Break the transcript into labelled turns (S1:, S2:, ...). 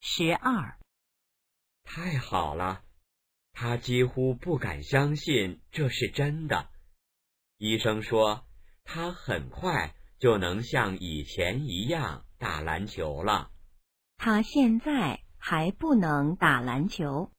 S1: 十二。
S2: 太好了，他几乎不敢相信这是真的。医生说，他很快就能像以前一样打篮球了。
S1: 他现在还不能打篮球。